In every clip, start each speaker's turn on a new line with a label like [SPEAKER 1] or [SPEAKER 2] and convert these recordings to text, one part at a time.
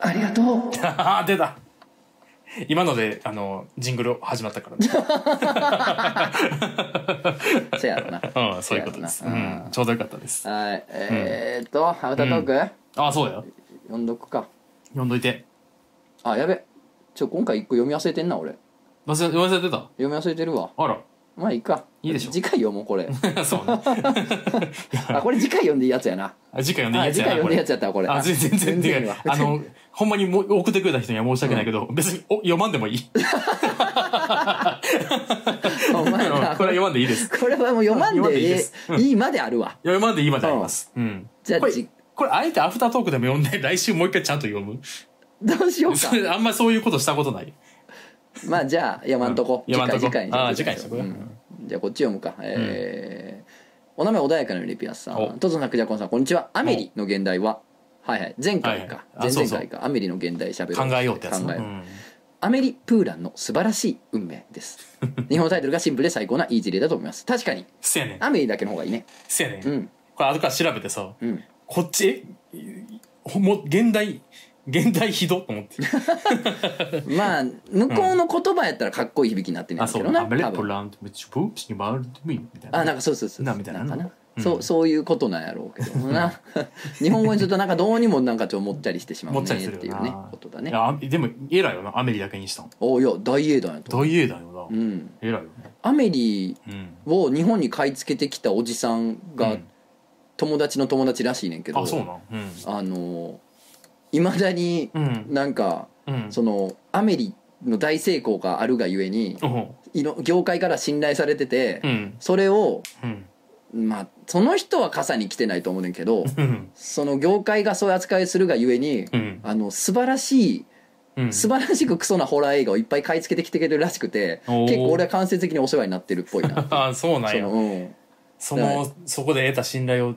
[SPEAKER 1] がとう
[SPEAKER 2] あー出た今のであのジングル始まったから ね、
[SPEAKER 1] そうやろな
[SPEAKER 2] うん、そういうことです、
[SPEAKER 1] そう
[SPEAKER 2] う、
[SPEAKER 1] やろなん
[SPEAKER 2] ちょうどよかったです
[SPEAKER 1] はいえーっとハムタトーク、
[SPEAKER 2] あそうや
[SPEAKER 1] 読んどくか
[SPEAKER 2] 読んどいて
[SPEAKER 1] あやべちょ今回一個読み忘れてんな俺
[SPEAKER 2] 忘れ忘れてた
[SPEAKER 1] 読み忘れてるわ
[SPEAKER 2] あ
[SPEAKER 1] まあいいか
[SPEAKER 2] いいでしょ
[SPEAKER 1] 次回読もうこれ
[SPEAKER 2] ら そうね
[SPEAKER 1] あこれ次回読んでいいやつやな
[SPEAKER 2] あ次回読んでいい
[SPEAKER 1] あ
[SPEAKER 2] やつ
[SPEAKER 1] 次
[SPEAKER 2] や
[SPEAKER 1] 回
[SPEAKER 2] な
[SPEAKER 1] 読ん
[SPEAKER 2] こ
[SPEAKER 1] でいい
[SPEAKER 2] れ
[SPEAKER 1] やつやったわこれ
[SPEAKER 2] あ全然全
[SPEAKER 1] いい
[SPEAKER 2] 然
[SPEAKER 1] わ
[SPEAKER 2] あのほんまにも送ってくれた人には申し訳ないけど、別にお読まんで もいい
[SPEAKER 1] お前
[SPEAKER 2] うんこれは
[SPEAKER 1] なこれ
[SPEAKER 2] 読まんでいいです
[SPEAKER 1] はもう読まん
[SPEAKER 2] 読まん
[SPEAKER 1] で
[SPEAKER 2] でい
[SPEAKER 1] い
[SPEAKER 2] いで
[SPEAKER 1] い
[SPEAKER 2] すうん
[SPEAKER 1] いいまであるわ
[SPEAKER 2] 読まんでいいまであります、うん、
[SPEAKER 1] じゃあ
[SPEAKER 2] これ
[SPEAKER 1] じ
[SPEAKER 2] これあえてアフタートークでも読んで 来週もう一回ちゃんと読む
[SPEAKER 1] どうしようか
[SPEAKER 2] それ あんまそういうことしたことない
[SPEAKER 1] まあじゃあ読まんとこ
[SPEAKER 2] うん読まんとこ
[SPEAKER 1] 次回
[SPEAKER 2] あー
[SPEAKER 1] 次回に
[SPEAKER 2] 次回にしとこ
[SPEAKER 1] うんじゃあこっち読むかえーお名前穏やかなリピアスさん
[SPEAKER 2] お
[SPEAKER 1] とぞなくじゃこんさんこんにちはアメリの現代ははいはい前回か
[SPEAKER 2] は
[SPEAKER 1] 前
[SPEAKER 2] いはいあそう
[SPEAKER 1] 々
[SPEAKER 2] そう
[SPEAKER 1] 回かアメリの現代しゃべ
[SPEAKER 2] 考えようってやつ
[SPEAKER 1] 考え
[SPEAKER 2] う
[SPEAKER 1] ようんアメリ・プーランの素晴らしい運命です 日本タイトルがシンプルで最高ないい事例だと思います確かに
[SPEAKER 2] せやねん
[SPEAKER 1] アメリだけの方がいいね
[SPEAKER 2] せやねん、
[SPEAKER 1] うん
[SPEAKER 2] これ後から調べてさ、
[SPEAKER 1] うん
[SPEAKER 2] こっちえほもう現代現代ひどと 思って
[SPEAKER 1] まあ向こうの言葉やったらかっこいい響きになってんねんけどな
[SPEAKER 2] アメレ
[SPEAKER 1] 多
[SPEAKER 2] ポ
[SPEAKER 1] 分
[SPEAKER 2] ランドめっちゃブープスに回るみたいな
[SPEAKER 1] あなんかそうそうそう
[SPEAKER 2] なみたいなん
[SPEAKER 1] かな
[SPEAKER 2] うん
[SPEAKER 1] そうそういうことなんやろうけども な日本語にするとなんかどうにもなんかちょっともったりしてしまう
[SPEAKER 2] も
[SPEAKER 1] ね
[SPEAKER 2] っちゃりする
[SPEAKER 1] っていうね
[SPEAKER 2] よな
[SPEAKER 1] ことだ
[SPEAKER 2] い
[SPEAKER 1] ね
[SPEAKER 2] やあでも偉いよなアメリだけにしたの
[SPEAKER 1] おいや大英断やと
[SPEAKER 2] 大英だよ
[SPEAKER 1] う
[SPEAKER 2] な、
[SPEAKER 1] ん
[SPEAKER 2] 偉いよね
[SPEAKER 1] アメリ
[SPEAKER 2] うん
[SPEAKER 1] を日本に買い付けてきたおじさん
[SPEAKER 2] う
[SPEAKER 1] が
[SPEAKER 2] ん
[SPEAKER 1] 友達の友達らしいねんけど、
[SPEAKER 2] あそうなんうん
[SPEAKER 1] あのいまだに
[SPEAKER 2] うん
[SPEAKER 1] なんか
[SPEAKER 2] うん
[SPEAKER 1] そのアメリの大成功があるがゆえに
[SPEAKER 2] うん
[SPEAKER 1] いろ業界から信頼されてて
[SPEAKER 2] うん
[SPEAKER 1] それを
[SPEAKER 2] うん
[SPEAKER 1] まあその人は傘に来てないと思うねんけど
[SPEAKER 2] うん
[SPEAKER 1] その業界がそういう扱いするがゆえに
[SPEAKER 2] うん
[SPEAKER 1] あの素晴らしい
[SPEAKER 2] うん
[SPEAKER 1] 素晴らしくクソなホラー映画をいっぱい買い付けてきてくれるらしくて
[SPEAKER 2] おー
[SPEAKER 1] 結構俺は間接的にお世話になってるっぽい な
[SPEAKER 2] あそうなん
[SPEAKER 1] そ
[SPEAKER 2] や
[SPEAKER 1] の、うん
[SPEAKER 2] そのそこで得た信頼を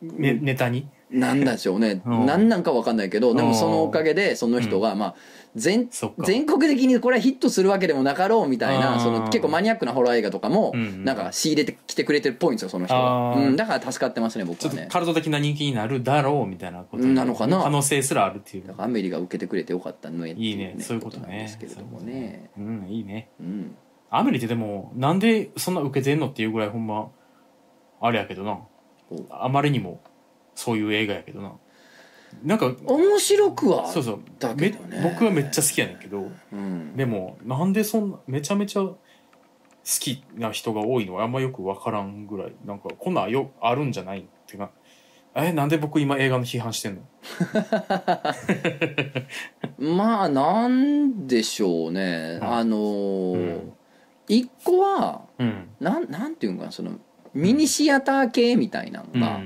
[SPEAKER 2] ねネタに
[SPEAKER 1] なんなんでしょうね
[SPEAKER 2] うん
[SPEAKER 1] なんなんか分かんないけどでもそのおかげでその人がまあ全
[SPEAKER 2] そっか
[SPEAKER 1] 全国的にこれはヒットするわけでもなかろうみたいな
[SPEAKER 2] あー
[SPEAKER 1] その結構マニアックなホラー映画とかも
[SPEAKER 2] うんうん
[SPEAKER 1] なんか仕入れてきてくれてるっぽいんですよその人が、
[SPEAKER 2] あー
[SPEAKER 1] うん、だから助かってますね僕
[SPEAKER 2] ちょ
[SPEAKER 1] は
[SPEAKER 2] っと
[SPEAKER 1] ね
[SPEAKER 2] カルト的な人気になるだろうみたいなこと
[SPEAKER 1] なのかな
[SPEAKER 2] 可能性すらあるっていう
[SPEAKER 1] だからアメリが受けてくれてよかったねって
[SPEAKER 2] い
[SPEAKER 1] い
[SPEAKER 2] いうねそういうこと
[SPEAKER 1] なんで
[SPEAKER 2] ね
[SPEAKER 1] すけれどもね
[SPEAKER 2] そういうことねうんいいね
[SPEAKER 1] うん
[SPEAKER 2] アメリってでもなんでそんな受けてんのっていうぐらいほんまあれやけどな
[SPEAKER 1] お
[SPEAKER 2] あまりにもそういう映画やけどななんか
[SPEAKER 1] 面白くは
[SPEAKER 2] そうそう
[SPEAKER 1] だけ
[SPEAKER 2] め
[SPEAKER 1] どね
[SPEAKER 2] 僕はめっちゃ好きやねんけど
[SPEAKER 1] うん
[SPEAKER 2] でもなんでそんなめちゃめちゃ好きな人が多いのはあんまよく分からんぐらいなんかこんなんよあるんじゃないってかえなんで僕今映画の批判してんの
[SPEAKER 1] まあなんでしょうね、
[SPEAKER 2] うん
[SPEAKER 1] あのー
[SPEAKER 2] うん
[SPEAKER 1] 一個は
[SPEAKER 2] うん
[SPEAKER 1] なんなんていうんかなそのミニシアター系みたいなのが、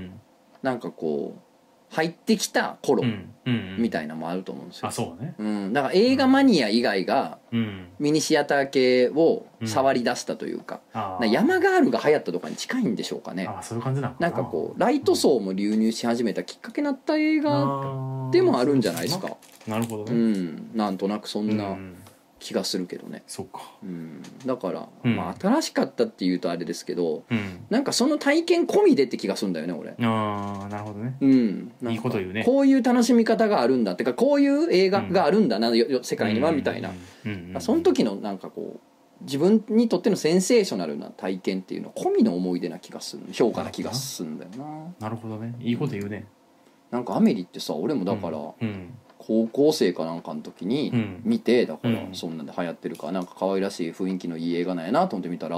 [SPEAKER 1] なんかこう入ってきた頃
[SPEAKER 2] うんうん
[SPEAKER 1] み
[SPEAKER 2] い
[SPEAKER 1] たいなのもあると思うんですよ
[SPEAKER 2] あ、そうね
[SPEAKER 1] うん、だから映画マニア以外が
[SPEAKER 2] うん
[SPEAKER 1] ミニシアター系を触り出したというか,、
[SPEAKER 2] あー
[SPEAKER 1] 山ガールが流行ったとかに近いんでしょうかね
[SPEAKER 2] あーそういう感じなの
[SPEAKER 1] なんかこうライト層も流入し始めたきっかけになった映画でもあるんじゃないですか
[SPEAKER 2] なるほど
[SPEAKER 1] う
[SPEAKER 2] ね、
[SPEAKER 1] んなんとなくそん
[SPEAKER 2] う
[SPEAKER 1] なん気がするけどね、
[SPEAKER 2] そうか
[SPEAKER 1] うん、だから、
[SPEAKER 2] うん
[SPEAKER 1] まあ、新しかったっていうとあれですけど
[SPEAKER 2] うん
[SPEAKER 1] なんかその体験込みでって気がするんだよね俺。
[SPEAKER 2] ああなるほどね
[SPEAKER 1] うん、なんか
[SPEAKER 2] いいこと言うね
[SPEAKER 1] こういう楽しみ方があるんだってかこういう映画があるんだな、よよ世界にはみたいな、
[SPEAKER 2] うんうんうんうん
[SPEAKER 1] その時のなんかこう自分にとってのセンセーショナルな体験っていうの込みの思い出な気がする評価な気がするんだよな
[SPEAKER 2] なるほどねいいこと言うね
[SPEAKER 1] なんかアメリってさ俺もだから
[SPEAKER 2] うん
[SPEAKER 1] 高校生かなんかの時
[SPEAKER 2] う
[SPEAKER 1] に
[SPEAKER 2] ん
[SPEAKER 1] 見てだから
[SPEAKER 2] うん
[SPEAKER 1] そんなんで流行ってるからなんか可愛らしい雰囲気のいい映画なんやなと思って見たら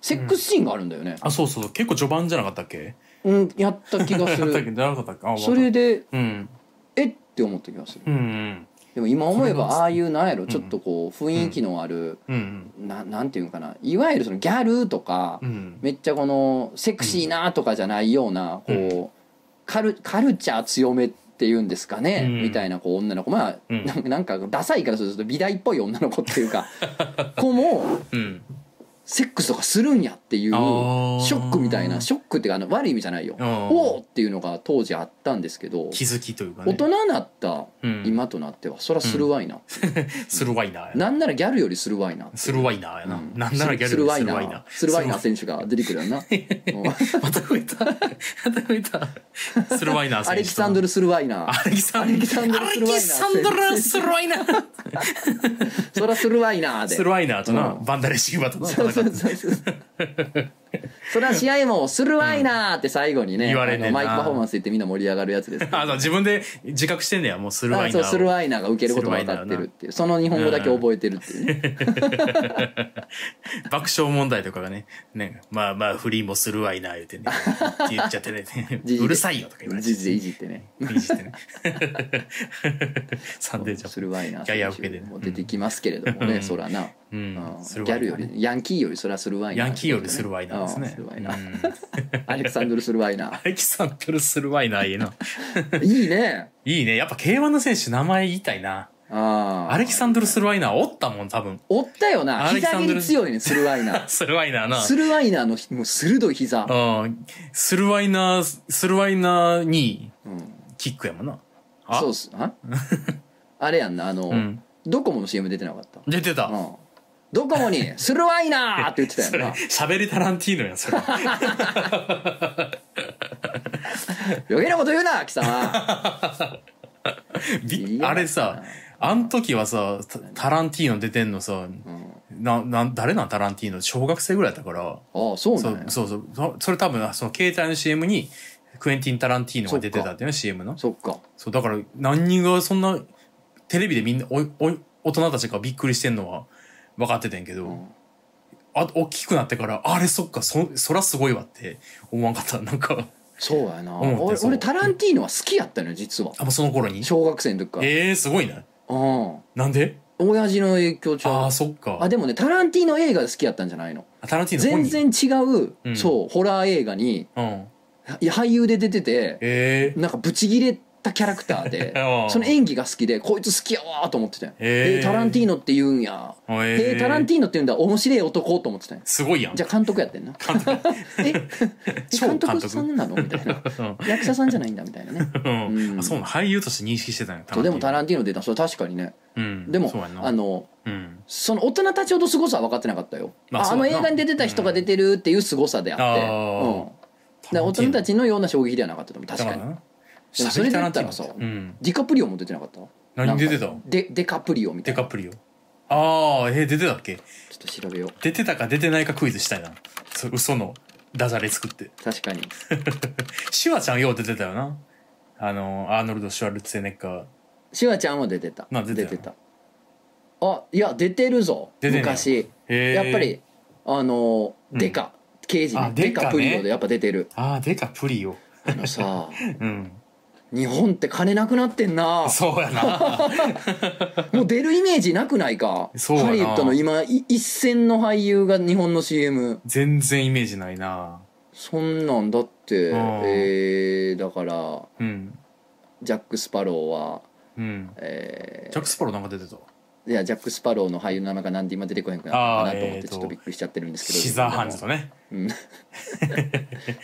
[SPEAKER 1] セックスシーンがあるんだよね
[SPEAKER 2] あそうそう結構序盤じゃなかったっけ
[SPEAKER 1] うんやった気がす
[SPEAKER 2] あったっけ
[SPEAKER 1] る
[SPEAKER 2] じゃ なかったっけあわかった
[SPEAKER 1] それで
[SPEAKER 2] うん
[SPEAKER 1] えって思った気がする
[SPEAKER 2] うんうん
[SPEAKER 1] でも今思えば
[SPEAKER 2] それが
[SPEAKER 1] ああいうなんやろちょっとこう雰囲気のある
[SPEAKER 2] うん
[SPEAKER 1] ななんていうんかないわゆるそのギャルとか
[SPEAKER 2] うんうん
[SPEAKER 1] めっちゃこのセクシーなとかじゃないような
[SPEAKER 2] うん
[SPEAKER 1] こうカルカルチャー強めっていうんですかね、
[SPEAKER 2] うん
[SPEAKER 1] みたいなこう女の子まあ、
[SPEAKER 2] うん
[SPEAKER 1] なんかなんかダサいからすると美大っぽい女の子っていうか子も
[SPEAKER 2] うん
[SPEAKER 1] セックスとかするんやっていうシ
[SPEAKER 2] あ
[SPEAKER 1] ョ
[SPEAKER 2] ー
[SPEAKER 1] ックみたいなショックっていうかあの悪い意味じゃないよ
[SPEAKER 2] うん
[SPEAKER 1] おおっていうのが当時あったんですけど
[SPEAKER 2] 気づきというかね
[SPEAKER 1] 大人になった
[SPEAKER 2] うん
[SPEAKER 1] 今となってはそりゃするわいな、
[SPEAKER 2] するわいなや
[SPEAKER 1] なんならギャルよりするわいなって
[SPEAKER 2] するわいなやな、
[SPEAKER 1] うん
[SPEAKER 2] なんならギャル
[SPEAKER 1] するわいなするわいな
[SPEAKER 2] す
[SPEAKER 1] 選手が出てくるよ なうん
[SPEAKER 2] また増えたまた増えたするわいな
[SPEAKER 1] アレキサンド
[SPEAKER 2] ル
[SPEAKER 1] ル・スルワイナ
[SPEAKER 2] アレキサンドル
[SPEAKER 1] ア
[SPEAKER 2] ア
[SPEAKER 1] レ
[SPEAKER 2] レ
[SPEAKER 1] キ
[SPEAKER 2] キ
[SPEAKER 1] サ
[SPEAKER 2] サ
[SPEAKER 1] ン
[SPEAKER 2] ン
[SPEAKER 1] ド
[SPEAKER 2] ド
[SPEAKER 1] ル
[SPEAKER 2] ルするわいな
[SPEAKER 1] そらするわいなです
[SPEAKER 2] るわいなとな、
[SPEAKER 1] うん
[SPEAKER 2] バンダレシーバーとな
[SPEAKER 1] そうそうそうそうそら試合もするわいなって最後にね
[SPEAKER 2] 言われんね
[SPEAKER 1] あの
[SPEAKER 2] んな
[SPEAKER 1] マイクパフォーマンス言ってみんな盛り上がるやつですけど
[SPEAKER 2] あそう自分で自覚してんねやもうするわ
[SPEAKER 1] あ
[SPEAKER 2] い
[SPEAKER 1] そ
[SPEAKER 2] な
[SPEAKER 1] う
[SPEAKER 2] を
[SPEAKER 1] スルワイナーが受けることが分かってるっていうその日本語だけ覚えてるっていうね、
[SPEAKER 2] 爆笑問題とかがねねまあまあフリーもするわいな言 うてねって言っちゃってね
[SPEAKER 1] じじで
[SPEAKER 2] うるさいよとか言われて
[SPEAKER 1] じじでいじってね
[SPEAKER 2] いじ ってねサンデージャ
[SPEAKER 1] す
[SPEAKER 2] ポ
[SPEAKER 1] る
[SPEAKER 2] ン
[SPEAKER 1] わいな
[SPEAKER 2] ギャギャ受けでね
[SPEAKER 1] も出てきますけれども
[SPEAKER 2] う
[SPEAKER 1] ね
[SPEAKER 2] ん
[SPEAKER 1] そらな、
[SPEAKER 2] う
[SPEAKER 1] うんん、
[SPEAKER 2] する
[SPEAKER 1] ギ
[SPEAKER 2] わ
[SPEAKER 1] ャ
[SPEAKER 2] いな
[SPEAKER 1] ルよりヤンキーよりそらするわいな
[SPEAKER 2] ヤンキーよりするわいなです
[SPEAKER 1] あ
[SPEAKER 2] ね
[SPEAKER 1] するわいな
[SPEAKER 2] うん
[SPEAKER 1] アレクサンドルするわいな
[SPEAKER 2] アレキサンドルするわいな、いいな。
[SPEAKER 1] いいね
[SPEAKER 2] いいね。やっぱ K1 の選手名前言いたいな。
[SPEAKER 1] ああ
[SPEAKER 2] アレキサンドルスルワイナーおったもん、多分。
[SPEAKER 1] おったよな
[SPEAKER 2] アレキ
[SPEAKER 1] 膝
[SPEAKER 2] サン
[SPEAKER 1] 蹴
[SPEAKER 2] ド
[SPEAKER 1] り
[SPEAKER 2] ル
[SPEAKER 1] 強いねスルワイナー
[SPEAKER 2] スルワイナー な。
[SPEAKER 1] スルワイナーのひもう鋭い膝、
[SPEAKER 2] うん。スルワイナー、スルワイナーに
[SPEAKER 1] うん、
[SPEAKER 2] キックやもんな。あ
[SPEAKER 1] そうっす ああれやんなあの、
[SPEAKER 2] うん。
[SPEAKER 1] ドコモの CM 出てなかった、
[SPEAKER 2] 出て
[SPEAKER 1] う
[SPEAKER 2] た。
[SPEAKER 1] ん、ドコモに「スルワイナー!」って言ってた
[SPEAKER 2] そ
[SPEAKER 1] よ
[SPEAKER 2] れ、
[SPEAKER 1] な
[SPEAKER 2] 喋りタランティーノやん、それ。
[SPEAKER 1] 余計なこと言うな貴様いい
[SPEAKER 2] び
[SPEAKER 1] や
[SPEAKER 2] あれさ、あん時はさ、タタランティーノ出てんのさ、
[SPEAKER 1] うん
[SPEAKER 2] な、な、誰なんタランティーノ小学生ぐらいだったから。
[SPEAKER 1] ああそうな
[SPEAKER 2] そ
[SPEAKER 1] ん
[SPEAKER 2] う
[SPEAKER 1] や
[SPEAKER 2] そうそうそ。それ多分、その携帯の CM に、クエンティン・タランティーノが出てたっていうの CM の。
[SPEAKER 1] そっか
[SPEAKER 2] そう、だから、何がそんな、テレビでみんな、おい、おい、大人たちがびっくりしてんのは分かっててんけど、
[SPEAKER 1] ん
[SPEAKER 2] あ、大きくなってから、あれそっか、そ、そらすごいわって思わんかった。 なんか、
[SPEAKER 1] そうやな
[SPEAKER 2] 思って
[SPEAKER 1] 俺
[SPEAKER 2] そう
[SPEAKER 1] 俺タランティーノは好きやったのよ実は
[SPEAKER 2] あ、もうその頃に
[SPEAKER 1] 小学生の時から
[SPEAKER 2] ええー、すごいな。
[SPEAKER 1] うん
[SPEAKER 2] なんで
[SPEAKER 1] 親父の影響ち
[SPEAKER 2] あ
[SPEAKER 1] ゃ
[SPEAKER 2] あー、
[SPEAKER 1] う
[SPEAKER 2] そっか
[SPEAKER 1] あ。でもねタランティーノ映画で好きやったんじゃないの
[SPEAKER 2] あタランティーノ
[SPEAKER 1] 全
[SPEAKER 2] 本人。
[SPEAKER 1] 然違う、
[SPEAKER 2] うん
[SPEAKER 1] そうホラー映画に
[SPEAKER 2] うん。
[SPEAKER 1] いや俳優で出てて
[SPEAKER 2] ええ
[SPEAKER 1] なんかブチギレたキャラクターで
[SPEAKER 2] ああ
[SPEAKER 1] その演技が好きでこいつ好きやわーと思ってたよ
[SPEAKER 2] へえ
[SPEAKER 1] えータランティーノって言うんや
[SPEAKER 2] えー
[SPEAKER 1] えータランティーノって言うんだ面白い男と思ってたよ
[SPEAKER 2] すごいやん。
[SPEAKER 1] じゃあ監督やってんな ええ
[SPEAKER 2] 超
[SPEAKER 1] 監
[SPEAKER 2] 監督
[SPEAKER 1] 督さんなのみたいな役者さんじゃないんだみたいなね
[SPEAKER 2] うん
[SPEAKER 1] うん
[SPEAKER 2] あそうなの俳優として認識してたんや
[SPEAKER 1] そうでもタラン
[SPEAKER 2] ン
[SPEAKER 1] ティーノ出たそれ確かにね
[SPEAKER 2] ティーノうん
[SPEAKER 1] でも
[SPEAKER 2] そうやんな
[SPEAKER 1] あの
[SPEAKER 2] うん
[SPEAKER 1] その大人たちほど凄さは分かってなかったよ、
[SPEAKER 2] まあ
[SPEAKER 1] あ、あ
[SPEAKER 2] そう
[SPEAKER 1] の
[SPEAKER 2] だ
[SPEAKER 1] 映
[SPEAKER 2] な
[SPEAKER 1] 画に出てた人が出てるっていう凄さであって、
[SPEAKER 2] うんあー
[SPEAKER 1] うんだから大人た
[SPEAKER 2] ち
[SPEAKER 1] ちのような衝撃ではなかったと思う確かにでもそ
[SPEAKER 2] そ
[SPEAKER 1] れ
[SPEAKER 2] れ
[SPEAKER 1] で言
[SPEAKER 2] で言
[SPEAKER 1] っ
[SPEAKER 2] ったた
[SPEAKER 1] ら
[SPEAKER 2] ら
[SPEAKER 1] さ
[SPEAKER 2] さ、うん、
[SPEAKER 1] ディカプリオも出てなかった
[SPEAKER 2] 何出てた
[SPEAKER 1] なんかデデカプリオみた
[SPEAKER 2] デ
[SPEAKER 1] いな
[SPEAKER 2] カプリオああえー出てたっけ
[SPEAKER 1] ちょっと調べよ
[SPEAKER 2] 出てたか出てないかクイズしたいなそ嘘のダジャレ作って
[SPEAKER 1] う確かに
[SPEAKER 2] シュワちゃんよう出てたよなあのアーノルド・シュワルツェネッガー
[SPEAKER 1] シュワちゃんは出てた
[SPEAKER 2] な出てた
[SPEAKER 1] あいや出てるぞ
[SPEAKER 2] 出てんねや
[SPEAKER 1] 昔
[SPEAKER 2] へー
[SPEAKER 1] やっぱりあの
[SPEAKER 2] うん
[SPEAKER 1] デカ、刑事ね
[SPEAKER 2] あ
[SPEAKER 1] デ
[SPEAKER 2] デカね
[SPEAKER 1] カプリオでやっぱ出てる
[SPEAKER 2] ああデカプリオ
[SPEAKER 1] あのさ
[SPEAKER 2] うん
[SPEAKER 1] 日本って金なくなってんな
[SPEAKER 2] そうやな
[SPEAKER 1] もう出るイメージなくないか
[SPEAKER 2] そうやな
[SPEAKER 1] ハリウッドの今い一線の俳優が日本の CM
[SPEAKER 2] 全然イメージないな
[SPEAKER 1] そんなんだって
[SPEAKER 2] うん
[SPEAKER 1] えー、だから
[SPEAKER 2] うん
[SPEAKER 1] ジャック・スパローは
[SPEAKER 2] うん
[SPEAKER 1] え
[SPEAKER 2] ジャック・スパロなんか出てた
[SPEAKER 1] ー、いやジャック・スパローの俳優の名前がなんで今出てこへんくなったのかなと思っ
[SPEAKER 2] あーえ
[SPEAKER 1] て
[SPEAKER 2] ー
[SPEAKER 1] ち
[SPEAKER 2] と
[SPEAKER 1] ょっとびっくりしちゃってるんですけど
[SPEAKER 2] シザーハンズとね
[SPEAKER 1] うんチ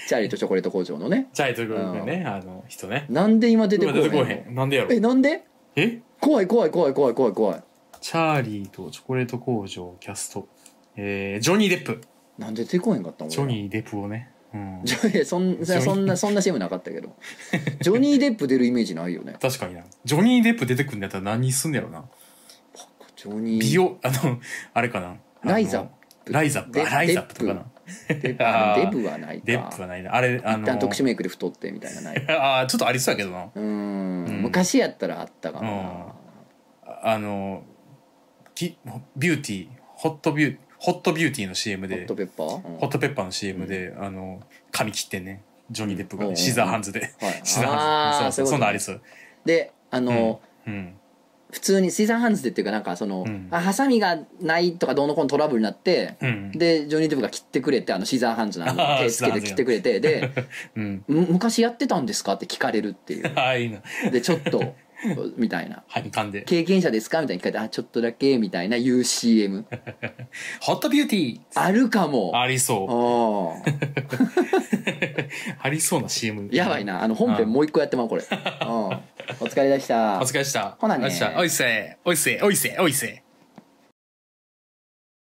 [SPEAKER 1] ャーリーとチョコレート工場のね
[SPEAKER 2] チャイというねあの人ね
[SPEAKER 1] なんで今出てこ
[SPEAKER 2] 今出てこ
[SPEAKER 1] う
[SPEAKER 2] へ
[SPEAKER 1] へん
[SPEAKER 2] んなんでやろ
[SPEAKER 1] えなんで
[SPEAKER 2] え
[SPEAKER 1] 怖い怖い怖い怖い怖い怖い
[SPEAKER 2] チャーリーとチョコレート工場キャスト、えー、ジョニー・デップ
[SPEAKER 1] なんで出てこへんかったん
[SPEAKER 2] ジョニー・デップをね、うん、
[SPEAKER 1] ジョニー そん
[SPEAKER 2] ジョニー
[SPEAKER 1] そんなそんな CM なかったけどジョニー・デップ出るイメージないよね
[SPEAKER 2] 確かになジョニー・デップ出てくるんだったら何すんのやろな
[SPEAKER 1] ジョニー
[SPEAKER 2] 美容 あのあれかなあの
[SPEAKER 1] ライザップ
[SPEAKER 2] ライザップ
[SPEAKER 1] デ
[SPEAKER 2] あライザップとかな
[SPEAKER 1] デブ
[SPEAKER 2] あー
[SPEAKER 1] デブはないか
[SPEAKER 2] デップはないなあれあ
[SPEAKER 1] 一
[SPEAKER 2] の
[SPEAKER 1] 旦特殊メイクで太ってみたいなない
[SPEAKER 2] あーちょっとありそうやけどな
[SPEAKER 1] うーん
[SPEAKER 2] うん
[SPEAKER 1] 昔やったらあったかもな
[SPEAKER 2] ああのきビューティーホットビューホットビューティーの CM
[SPEAKER 1] ホッ
[SPEAKER 2] で
[SPEAKER 1] トペッパー、うん
[SPEAKER 2] ホットペッパーの CM で、あの髪切ってんねジョニー・デップ
[SPEAKER 1] うん
[SPEAKER 2] がシザーハンズで
[SPEAKER 1] はい
[SPEAKER 2] シザー
[SPEAKER 1] あ
[SPEAKER 2] ハ
[SPEAKER 1] ー
[SPEAKER 2] ンズそ
[SPEAKER 1] そういうこ
[SPEAKER 2] うそう
[SPEAKER 1] と
[SPEAKER 2] そんなんありそう
[SPEAKER 1] であの、
[SPEAKER 2] うん
[SPEAKER 1] 普通にシーザーハンズでっていうかなんかその、
[SPEAKER 2] うん
[SPEAKER 1] あハサミがないとかどうのこうのトラブルになって、
[SPEAKER 2] うん
[SPEAKER 1] でジョニー・デップが切ってくれてあのシーザーハンズなの
[SPEAKER 2] あー
[SPEAKER 1] 手つけて切ってくれてで
[SPEAKER 2] うん
[SPEAKER 1] む昔やってたんですかって聞かれるっていう
[SPEAKER 2] ああいいな
[SPEAKER 1] でちょっと みたいな
[SPEAKER 2] 反感で。
[SPEAKER 1] 経験者ですかみたいに聞かれてあちょっとだけみたいな UCM
[SPEAKER 2] ホットビューティー
[SPEAKER 1] あるかも
[SPEAKER 2] ありそ
[SPEAKER 1] あ
[SPEAKER 2] う。
[SPEAKER 1] あ
[SPEAKER 2] ありそうな CM。
[SPEAKER 1] やばい。なあの本編もう一個やってまうこれ、うん、お疲れでした
[SPEAKER 2] お疲れでした。
[SPEAKER 1] ほなね
[SPEAKER 2] お疲れでしたおいせおいせおいせおいせ